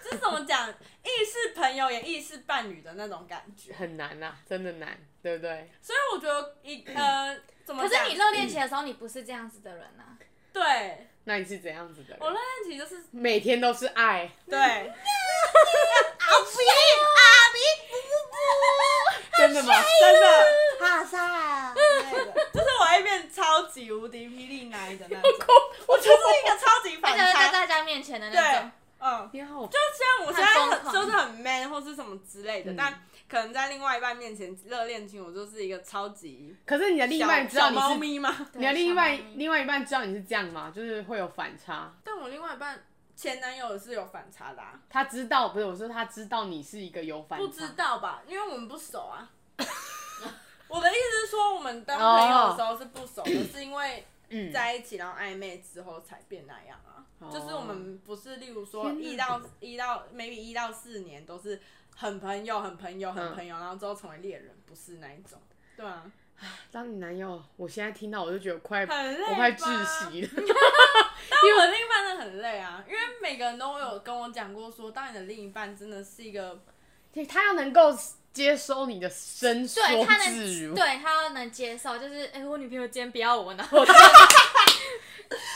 D: 这是怎么讲？ (laughs) 意识朋友也意识伴侣的那种感觉，
C: 很难啦，真的难，对不对？
D: 所以我觉得一
C: (coughs)
D: 呃，怎么
A: 可
D: 讲？
A: 是你热恋期的时候，你不是这样子的人啊。
D: 对
C: 那你是怎样子的人？
D: 我热恋期就是
C: 每天都是爱，
D: 对，真
A: 阿比阿比，不不不，
C: 真的吗？
D: 的。
A: 好帅。
D: 就是我会变超级无敌霹雳奶的
C: (laughs)
D: 那种，我就是一个超级
A: 他
D: 反
A: 就是在
D: 差，
A: 大家面前的
D: 对
A: 那种。，
D: 嗯，
C: 你好，
D: 就虽然我现在
A: 很疯
D: 很
A: 狂
D: 就是很 man 或是什么之类的，
C: 嗯
D: 但可能在另外一半面前热恋情，我就是一个超级
C: 可是你的另一
D: 小
C: 半知道
D: 小
C: 你
D: 猫
C: 是，
D: 咪吗？
A: 对
C: 你的另一
A: 小猫
C: 半
A: 咪
C: 另外一半知道你是这样吗？就是会有反差，
D: 但我另外一半前男友是有反差的、啊，
C: 他知道不是？我说他知道你是一个有反差，
D: 不知道吧？因为我们不熟
C: (laughs)
D: 啊。我的意思是说，我们当朋友的时候是不熟的，是因为
C: 嗯哦
D: 在一起然后暧昧之后才变那样啊。就是我们不是，例如说
C: 天哪
D: 一到一到 maybe 一到四年都是很朋友、很朋友、
C: 嗯
D: 很朋友，然后之后成为恋人，不是那一种。对啊，
C: 当你男友，我现在听到我就觉得快，
D: 很累
C: 我快
D: 吧
C: 窒息
D: (laughs)
C: 了。
D: 因为我的另一半真的很累啊，因为每个人都有跟我讲过说，当你的另一半真的是一个
C: 对他要能够接收你的伸缩
A: 对他
C: 自如
A: 能，，对他要能接受，就是哎、我女朋友今天不要我呢，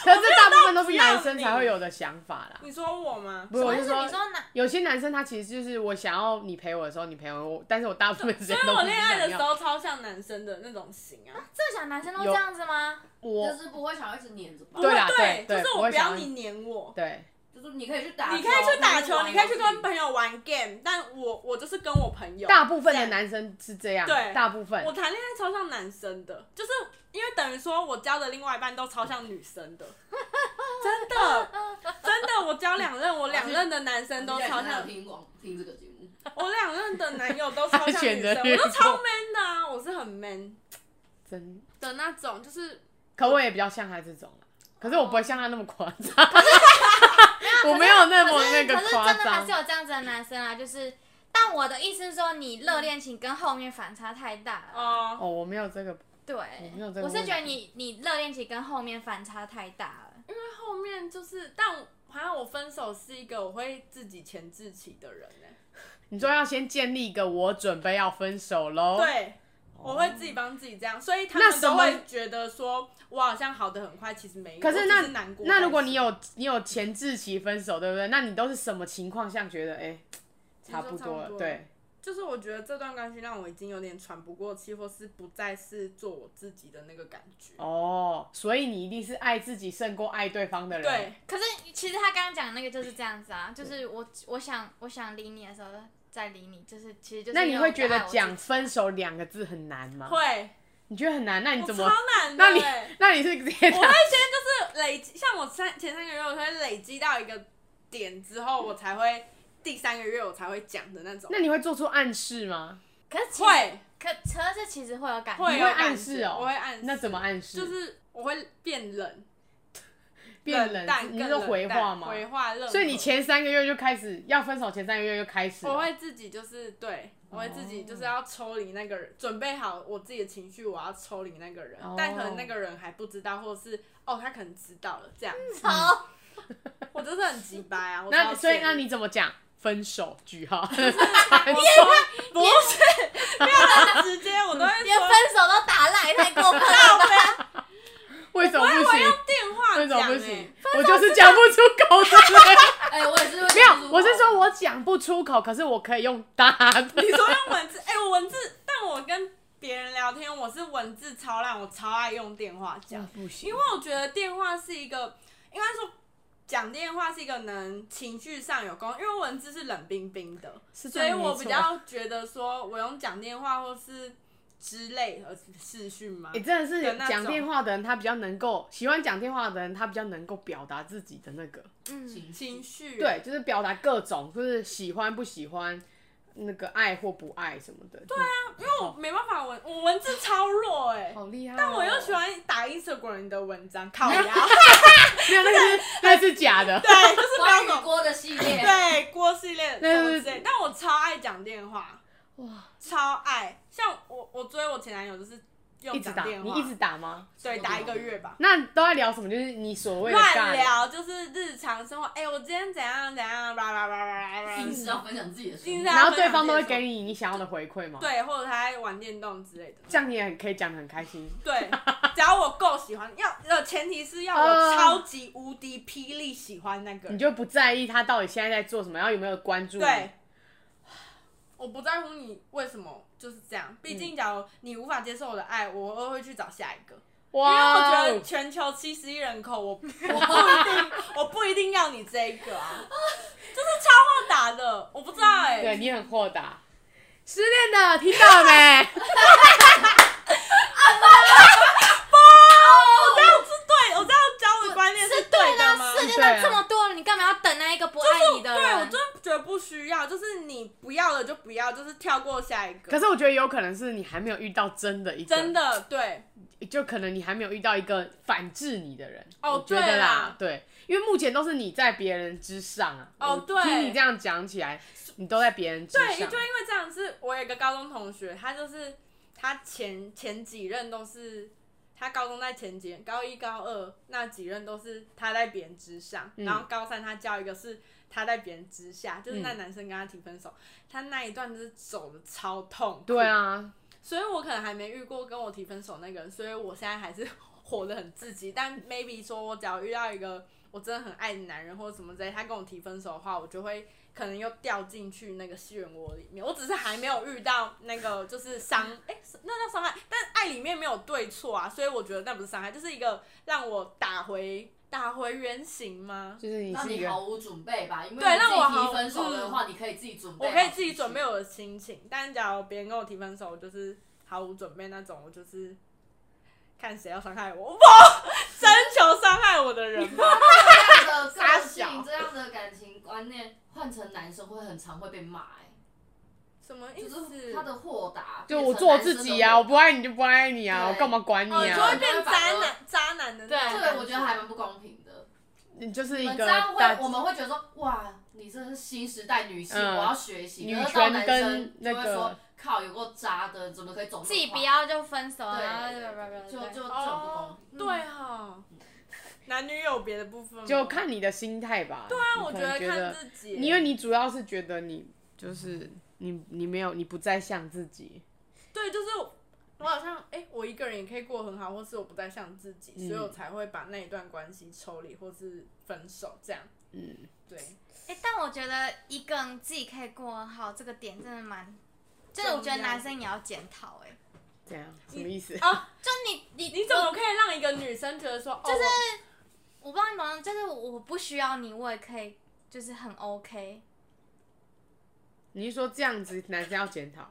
C: 可是这大部分都是男生
D: 你
C: 才会有的想法啦。
D: 你说我吗？
C: 不是，我
A: 但
C: 是
A: 是你说哪？
C: 有些男生他其实就是我想要你陪我的时候，你陪我，但是我大部分时
D: 所
C: 间
D: 以
C: 都
D: 我
C: 不
D: 恋爱的时
C: 想要，
D: 候超像男生的那种型啊，
A: 这小男生都
C: 有
A: 这样子吗？
C: 我
E: 就是不会想要一直黏着吧，
C: 对啦
D: 不会
C: 对对
D: 就是
C: 不
D: 我
C: 会
D: 不要
C: 想要
D: 你黏我，
C: 对
E: 就是你可以去打，
D: 你可以去打球，你可以去跟
E: 本，
D: 朋友玩 game，但我我就是跟我朋友。
C: 大部分的男生是这样，
D: 对
C: 大部分
D: 我谈恋爱超像男生的，就是因为等于说我交的另外一半都超像女生的，真的
A: 呃
D: 真的，我交两任，我两任的男生都超像，
E: 听广听这个节目，
D: 我两任的男友都超
C: 他
D: 像
C: 选
D: 女
C: 择
D: 生，我
C: 绿
D: 都超
C: 色
D: man 的啊，我是很 man
C: 真，
D: 的那种，就是
C: 可我也比较像他这种啦可是我不会像他那么夸张， (laughs) 我没有那么
A: 可是
C: 那
A: 哦可
C: 个
A: 是
C: 夸
A: 真的还
C: 张
A: 是。有这样子的男生啊，就是。但我的意思是说，你热恋情跟后面反差太大了。
D: 哦、
C: 哦，我没有这个，
A: 对
C: 没有这，个
A: 哎我是
C: 问
A: 觉得
C: 题
A: 你你热恋期跟后面反差太大了。
D: 因为后面就是，但我好像我分手是一个我会自己前置起的人欸呢、
C: 你说要先建立一个我准备要分手喽，，
D: 对。我会自己帮自己这样，所以他
C: 哦那
D: 们
C: 什
D: 都
C: 么
D: 会觉得说，我好像好的很快，其实没有。
C: 可是
D: 我
C: 那
D: 只是难过。
C: 那如果你，有你有前置期分手，对不对？那你都是什么情况下觉得哎、差不多
D: 差不
C: 了？
D: 多
C: 对，
D: 就是我觉得这段关系让我已经有点喘不过气，或是不再是做我自己的那个感觉。
C: 哦，所以你一定是爱自己胜过爱对方的人。
D: 对，，
A: 可是其实他刚刚讲的那个就是这样子啊，就是我我想我想理你的时候再理你，就是其实就是
C: 那你
A: 因为
C: 会
A: 我
C: 觉
A: 爱
C: 得
A: 我自己
C: 讲分手两个字很难吗？
D: 会，
C: 你觉得很难？那你 (laughs)
D: 我
C: 怎
D: 超
C: 么？
D: 难的
C: 那你
D: 欸。
C: (laughs) 那你是直接
D: 我
C: 打
D: 会先就是累积，像我三前三个月，我会累积到一个点之后，我才会第三个月我才会讲的那种。
C: 那你会做出暗示吗？
A: 可是其实
D: 会
A: 可可是其实会有感觉，
D: 会
C: 你
D: 有
C: 会
D: 感
C: 暗
D: 觉
C: 示哦
D: 我会暗示，
C: 那怎么暗示？
D: 就是我会变冷，
C: 变冷
D: 淡，，
C: 你
D: 更
C: 是说
D: 冷
C: 回
D: 淡
C: 话吗？
D: 回话冷，
C: 所以你。前三个月就开始要分手，前三个月就开始了。
D: 我会自己就是对，我会自己就是要抽离那个人，准备好我自己的情绪，我要抽离那个人，
C: 哦
D: 但可能那个人还不知道，或者是哦他可能知道了这样子，
A: 超
D: 我真的很急掰啊！我
C: 那
D: 超
C: 所以
D: 贱
C: 那你怎么讲？分手句号，
D: (laughs) 不是不要很直接，我都会
A: 连
D: 说
A: 分手都打赖，太过分了
D: 靠
A: 吧。
D: 背，
C: (laughs) 为什么不
D: 我
C: 行？
D: 用电话
C: 为什
D: 讲
C: 么
D: 欸
C: 不行？我就是讲不出口的
D: (laughs)
C: 人。
E: 哎，我也是会
C: 没有，我是说我讲不出口，可是我可以用打
D: (laughs)
C: 的。
D: 你说用文字，哎、我文字，但我跟别人聊天，我是文字超烂，我超爱用电话讲，
C: 不行
D: 因为我觉得电话是一个，应该说讲电话是一个能情绪上有功，因为文字是冷冰冰的，
C: 是这
D: 所以
C: 样没
D: 我
C: 错
D: 比较觉得说，我用讲电话或是之类的视讯嘛
C: 你、，真的是
D: 的那种
C: 讲电话的人，他比较能够喜欢讲电话的人，他比较能够表达自己的那个，
A: 嗯，
D: 情绪啊
C: 对，就是表达各种，就是喜欢不喜欢，那个爱或不爱什么的。对啊，
D: 我没办法文，我文字超弱哎、
C: 好厉害哦、
D: 但我又喜欢打 Instagram 的文章，靠呀，
C: 没有，那是那是假的。
D: (laughs) 对，就是不要
E: 关
D: 懂
E: 于锅的系列，
D: 对锅系列
C: 对
D: 什么
C: 对
D: 之类
C: 对，
D: 但我超爱讲电话，
C: 哇，
D: 超爱。像我，我追我前男友就是
C: 一
D: 用
C: 直
D: 讲
C: 打，
D: 电
C: 你
D: 话，
C: 一直打吗？
D: 对打一个月吧，
C: 那都在聊什么？就是你所谓的尬
D: 乱。聊就是日常生活。哎、我今天怎样怎样，叭叭叭叭叭
E: 硬是
C: 嗯
D: 叭，
E: 要分享自己的
D: 硬是。
E: 书
C: 然后对方都会给
D: 你
C: 你你想要的回馈嘛？，
D: (laughs) 对，或者他在玩电动之类的。
C: 这样你也很可以讲的很开心。
D: 对，只要我够喜欢，要呃前提是要
C: 哦
D: 我超级无敌霹雳喜欢那个
C: 你
D: 人，
C: 就不在意他到底现在在做什么，然后有没有关注你。
D: 对，我不在乎你为什么就是这样。毕
C: 嗯
D: 竟，假如你无法接受我的爱，我会去找下一个。因为我
C: 哇
D: 觉
C: 哦
D: 得，全球七十亿人
C: (laughs)
D: 口，我我不一定，我不一定要你这一个啊，就是超好打的，我不知道哎、
C: 对你很豁达。失恋的听到了没？ (laughs)
D: 我这样是对，我这样教的观念
A: 是
D: 对的
A: 的
D: 吗
A: 啊，？世界
C: 对啊
A: 上这么多人，你干嘛要等那一个不爱你的
D: 对我
A: 人？
D: 真的觉得不需要，就是你不要了就不要，就是跳过下一个。
C: 可是我觉得有可能是你还没有遇到真的一个，
D: 真的对，
C: 就可能你还没有遇到一个反制你的人。
D: 哦
C: 我觉得
D: 对啦
C: 啦，对，因为目前都是你在别人之上啊。
D: 哦
C: 我
D: 对
C: 听你这样讲起来，你都在别人之
D: 对，就
C: 上
D: 因。为这样是，我有一个高中同学，他就是他前前几任都是他高中在前几任，高一高二那几任都是他在别人之上，然后高三他交一个是他在别人之下，就是那
C: 嗯
D: 男生跟他提分手，他那一段就是走的超痛，
C: 对，啊，
D: 所以我可能还没遇过跟我提分手那个人，所以我现在还是活得很自己。但 maybe 说我只要遇到一个我真的很爱的男人或者什么之类，他跟我提分手的话，我就会可能又掉进去那个漩涡里面。我只是还没有遇到那个就是伤，哎、是那叫伤害，但爱里面没有对错啊，所以我觉得那不是伤害，就是一个让我打回打回原形吗？
C: 就是你
E: 让
C: 是一
E: 你
C: 个
E: 毫无准备吧，因为
D: 对
E: 你
D: 让我
E: 自己
D: 毫
E: 提分手的
D: 嗯
E: 话，你可以自己准备
D: 我
E: 好情绪，
D: 可
C: 啊
D: 以自己准备我的心情，但假如别人跟我提分手，我就是毫无准备那种，我就是看谁要伤害我，我 (laughs) 征求伤害我的
E: (laughs)
D: 人吗？
E: 这样的
D: 傻
E: 个
D: 小
E: 性，这样的感情观念，换成男生会很常会被骂、欸，
D: 什么意
E: 就
D: 思？
E: 是他的豁达，
C: 就我
E: 变成
C: 做我
E: 男
C: 自
E: 生
C: 己
E: 的
C: 啊，
E: 豁
C: 我不爱你就不爱你啊，
E: 对
C: 我干嘛管你
D: 哦，你就会
C: 啊？
D: 变渣男，渣男的那种
A: 对
E: 对，我觉得还蛮不公平的。
C: 你就是
E: 你
C: 一
E: 们
C: 个
E: 这样
C: 大
E: 会，我们会觉得说，哇，你这是新时代女性，
C: 嗯
E: 我要学习。
C: 女
E: 可是
C: 权
E: 到男
C: 跟
E: 生
C: 那
E: 就会
C: 个
E: 说，靠，有够渣的，怎么可以走那么
A: 自己不
E: 快
A: 要就分手，然
C: 啊
A: 后
E: 对对，
A: 就
E: 就就这种不公
D: 哦
E: 平。，
D: 对哈，男女有别的部分吗
C: 就，看你的心态吧。对
D: 但啊我
C: 觉
D: 觉得看
C: 得
D: 自己，
C: 因为你主要是觉得你就是你你没有你不再像自己，
D: 对，就是我好像哎、我一个人也可以过得很好，或是我不再像自己，所以
C: 嗯
D: 我才会把那一段关系抽离或是分手这样。
C: 嗯，
D: 对，
A: 哎、但我觉得一个人自己可以过得好，这个点真的蛮，就是我觉得男生也要检讨哎，
C: 这样什么意思？
A: 就你哦你哦
D: 你怎么可以让一个女生觉得说，就是、
A: 我不知道你懂吗，就是我不需要你，我也可以，就是很 OK。
C: 你是说这样子男生要检讨？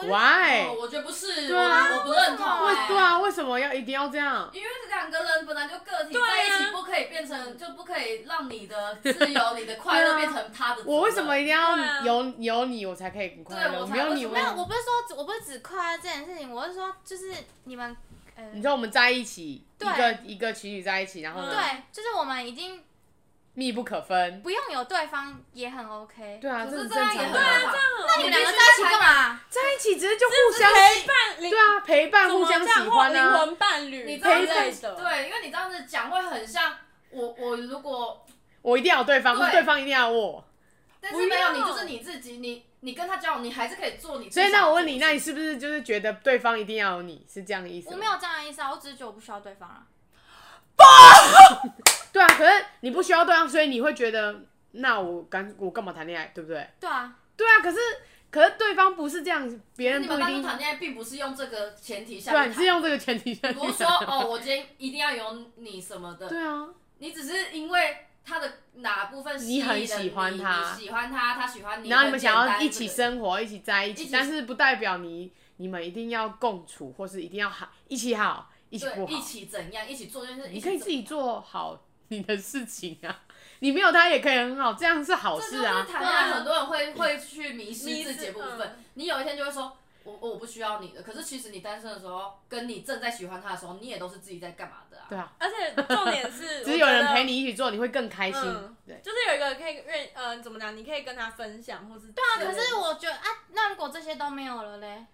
A: 我
C: 真
A: 就
C: 的
E: 哦
C: ，why？
E: 我觉得不是，
C: 对啊
E: 我我不认同、
A: 为
E: 欸。
C: 对啊，为什么要一定要这样？
E: 因为两个人本来就个体
D: 对啊
E: 在一起，不可以变成，就不可以让你的自由、你的快乐变成他的责任。
C: 我为什么一定
D: 对啊
C: 要有有你我才可以很快
E: 对
C: 乐？
E: 我才
C: 没有你，
E: 为
A: 没
E: 什
A: 有，
E: 么
A: 我不是说，我不是只夸这件事情，我是说，就是你们，呃，
C: 你说我们在一起，一
A: 对
C: 个一个情侣在一起，然后呢
A: 对，啊就是我们已经
C: 密不可分。
A: 不用有对方也很 OK。
C: 对啊，
E: 可
C: 这
E: 是
C: 很
E: 这
C: 正
E: 样
C: 常
E: 也很
C: 的
E: 麻
D: 哦
C: 啊。
E: 烦。
A: 那你们两个在一起干嘛？
C: 在一起只是就互相
D: 陪伴灵
C: 对啊陪伴，互相喜欢
D: 灵
C: 啊。
D: 魂伴侣
E: 你
D: 之
E: 这样
D: 类
E: 子
D: 的，，
E: 对，因为你这样子讲会很像我，我如果
C: 我一定要有对方，
E: 对
C: 对方一定要有我。
E: 但
D: 不
E: 是没有
D: 要
E: 你就是你自己，你你跟他交往，你还是可以做你
C: 所以
E: 自己想做的事情。
C: 那我问你，那你是不是就是觉得对方一定要有你是这样的意思？
A: 我没。有这样的意思啊，我只是觉得我不需要对方啊。
C: 对啊，可是你不需要对方，所以你会觉得那我干我干嘛谈恋爱，对不对？
A: 对啊，
C: 对啊，可是可是对方不是这样，别人
E: 你
C: 不
E: 们
C: 一
E: 当初
C: 定。
E: 谈恋爱并不是用这个前提下
C: 对啊，
E: 去
C: 你是
E: 谈，
C: 用这个前提下去
E: 不是说
C: 谈
E: 哦，我今天一定要有你什么
C: (laughs)
E: 的，
C: 对啊，
E: 你只是因为他的哪部分吸引了
C: 你很喜欢他
E: 你喜欢他，他喜欢你，
C: 然后你们想
E: 很简
C: 要
E: 单
C: 一起，生活，一起在一
E: 一
C: 起，
E: 起
C: 但是不代表你你们一定要共处，或是一定要好一起好，一起
E: 这个
C: 不
E: 对，一
C: 好。
E: 起怎样，一起做就是
C: 你可以自己做好你的事情啊，你没有他也可以很好，这样是好
E: 这
C: 事
E: 就是
C: 啊。
E: 谈恋爱，很多人会会去迷失
D: 迷
E: 自己
D: 失
E: 的部
D: 嗯
E: 分。你有一天就会说，我我不需要你的。可是其实你单身的时候，跟你正在喜欢他的时候，你也都是自己在干嘛的啊？
C: 对啊，
D: 而且重
C: (laughs)
D: 点是，
C: 只是有人陪，你一起做，你会更开心。
D: 嗯
C: 对，
D: 就是有一个可以愿，嗯，怎么讲，你可以跟他分享，或是对
A: 那可是我觉得啊，那如果这些都没有了嘞，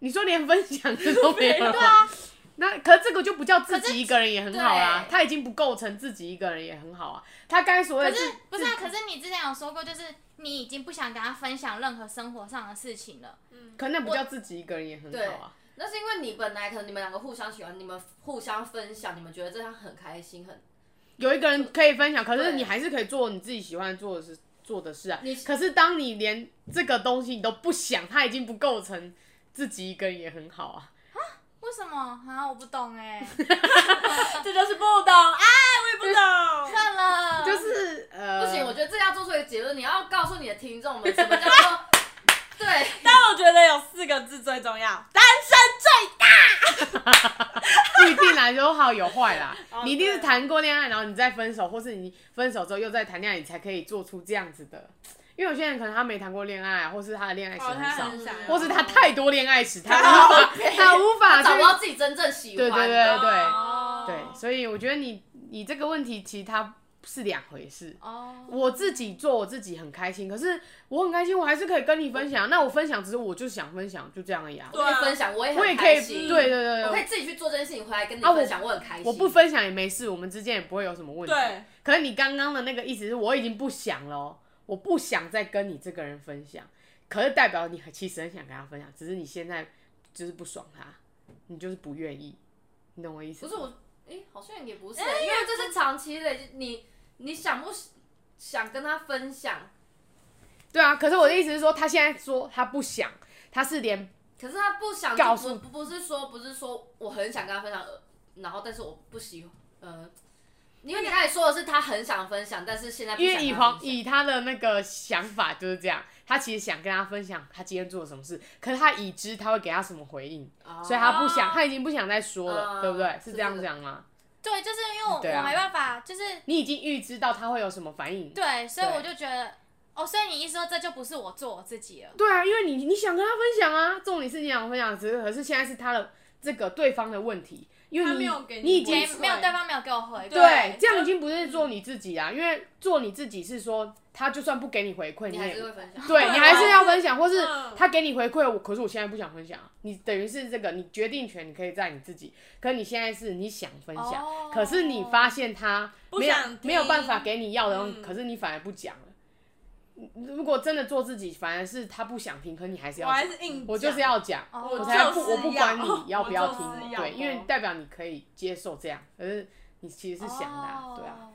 C: 你说连分享的都没有，
D: 对
C: 啊。那可这个就不叫自
A: 可是
C: 己一个人也很好啦，
E: 对
C: 他已经不构成自己一个人也很好啊。他该所谓
A: 可
C: 的
A: 是不是啊？
C: 自
A: 可是你之前有说过，就是你已经不想跟他分享任何生活上的事情了。
C: 可那不叫自己一个人也很好啊。
E: 那是因为你本来可能你们两个互相喜欢，你们互相分享，你们觉得这样很开心，
C: 嗯
E: 很
C: 有一个人可以分享，可是
E: 对
C: 你还是可以做你自己喜欢做的事做的事啊
E: 你。
C: 可是当你连这个东西你都不想，他已经不构成自己一个人也很好啊。
A: 为什么啊？我不懂 (laughs) 哎、
D: 这就是不懂，哎，我也不懂，
A: 算了，
C: 就是呃，
E: 不行。我觉得这要做出一个结论，你要告诉你的听众们什么
C: (laughs)
E: 叫做对。
D: 但我觉得有四个字最重要，单身最大，
C: 不一定啦，有好有坏
E: (laughs)
C: 啦。
E: 哦
C: 你一定是
D: 对啊
C: 谈过恋爱，然后你再分手，或是你分手之后又再谈恋爱，你才可以做出这样子的。因为有些人可能他没谈过恋爱，啊或是他的恋爱史
D: 哦，
C: 很
D: 他
C: 少，
D: 很想要，
C: 或是他太多恋爱
E: (laughs)
C: 史，他无法， (laughs) 他无法
E: 找不到
C: 去。
E: 自己真正喜
C: 对
E: 欢的。
C: 啊对对对
D: 哦
C: 对，所以我觉得你你这个问题其实它是两回事。
A: 哦，
C: 我自己做我自己很开心，可是我很开心，我还是可以跟你
E: 哦
C: 分享。那我分享只是我就想分享，就这样而已啊。
E: 我可以分享，我也
C: 我也
E: 很
C: 可以
E: 开，心。
C: 对对对
E: 我可以
C: 对，
E: 自己去做这件事情，回来跟你
C: 啊我
E: 分享，我很开心。
C: 我不分享也没事，我们之间也不会有什么问题。
D: 对，
C: 可是你刚刚的那个意思是我已经不想了哦，我不想再跟你这个人分享，可是代表你很其实很想跟他分享，只是你现在就是不爽他，你就是不愿意，你懂我意思吗？
E: 不是我，哎、好像也不是、因为这是长期的，你你想不想跟他分享？
C: 对啊，可是我的意思是说，他现在说他不想，他是连
E: 可是他不想，
C: 告诉
E: 就不不是说不是说我很想跟他分享，呃然后但是我不喜欢，呃，因为你刚才说的是他很想分享，但是现在不
C: 因
E: 想
C: 为以
E: 跟他
C: 黄
E: 分享
C: 以他的那个想法就是这样，他其实想跟他分享他今天做了什么事，可是他已知他会给他什么回应，
E: 哦
C: 所以他不想，他已经不想再说了，
E: 哦
C: 对不对？
E: 是
C: 是这样
E: 这个
C: 讲吗？
A: 对，就是因为我、
C: 对啊
A: 我没办法，就是
C: 你已经预知到他会有什么反应，
A: 对，所以
C: 对
A: 我就觉得，哦，所以你意思说这就不是我做我自己了，
C: 对啊，因为你你想跟他分享啊，重点是你想分享，只是可是现在是他的这个对方的问题，因为
D: 他
C: 你
D: 没有给你
C: 你已
D: 回嗯
C: 经
A: 没没
D: 应
A: 有对方没有给我回馈，
C: 对，这样已经不是做你自己啦，因为做你自己是说他就算不给你回馈，
E: 你
C: 你
E: 还
C: 也
E: 是会分享。
C: 对你还是要分享，或是
D: 啊嗯
C: 他给你回馈，我可是我现在不想分享啊，你等于是这个你决定权你可以在你自己，可你现在是你想分享，
A: 哦
C: 可是你发现他没有
D: 不想听
C: 没有办法给你要的东西，
D: 嗯
C: 可是你反而不讲了。如果真的做自己，反而是他不想听，可你还是要
D: 我
C: 讲
D: 还是硬讲，
C: 我就是要讲，
A: 哦
C: 我才不
D: 就是哦
C: 我不管你要不要听
D: 我就是，要
C: 对，因为代表你可以接受这样，可是你其实是想的啊，对啊，
A: 哦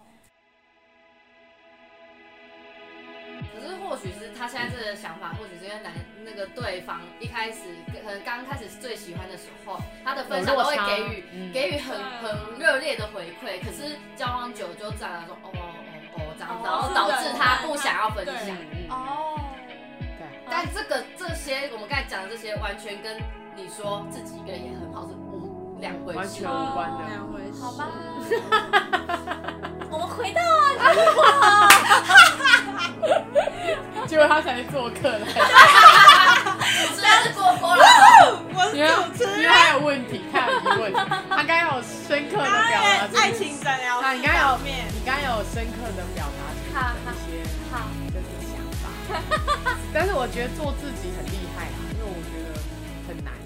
E: 可是或许是他现在这个想法，或许是因为男那个对方一开始可能刚开始最喜欢的时候，他的分享
C: 有落
E: 都会
C: 差
E: 给予、
C: 嗯
E: 给予很很热烈的回馈，可是交往久就这样了说哦哦哦这样子，
A: 哦
E: 然后导致他不想要分享。
C: 嗯嗯，
A: 哦，
C: 对，
E: 但这个这些我们刚才讲的这些，完全跟你说自己一个人也很好是无两回
C: 完
E: 事
C: 全。
E: 啊
C: 无关的
D: 两回事，
A: 好
C: (laughs)
A: 吧，我们回到啊
C: 结果他才是做客来，
E: 是不是过锅了？
D: 我是
C: 因为
D: 主持
C: 因为
D: 人，
C: 他有问题，他有疑问，他刚刚有深刻的表
D: 当
C: 达
D: 然
C: 出，
D: 哎爱情诊疗
C: 那
D: 室
C: 你刚刚有
D: 方面
C: 你刚刚有深刻的表达出
A: 好
C: 你的一些就
A: 好
C: 是想法，但是我觉得做自己很厉害啊，因为我觉得很难。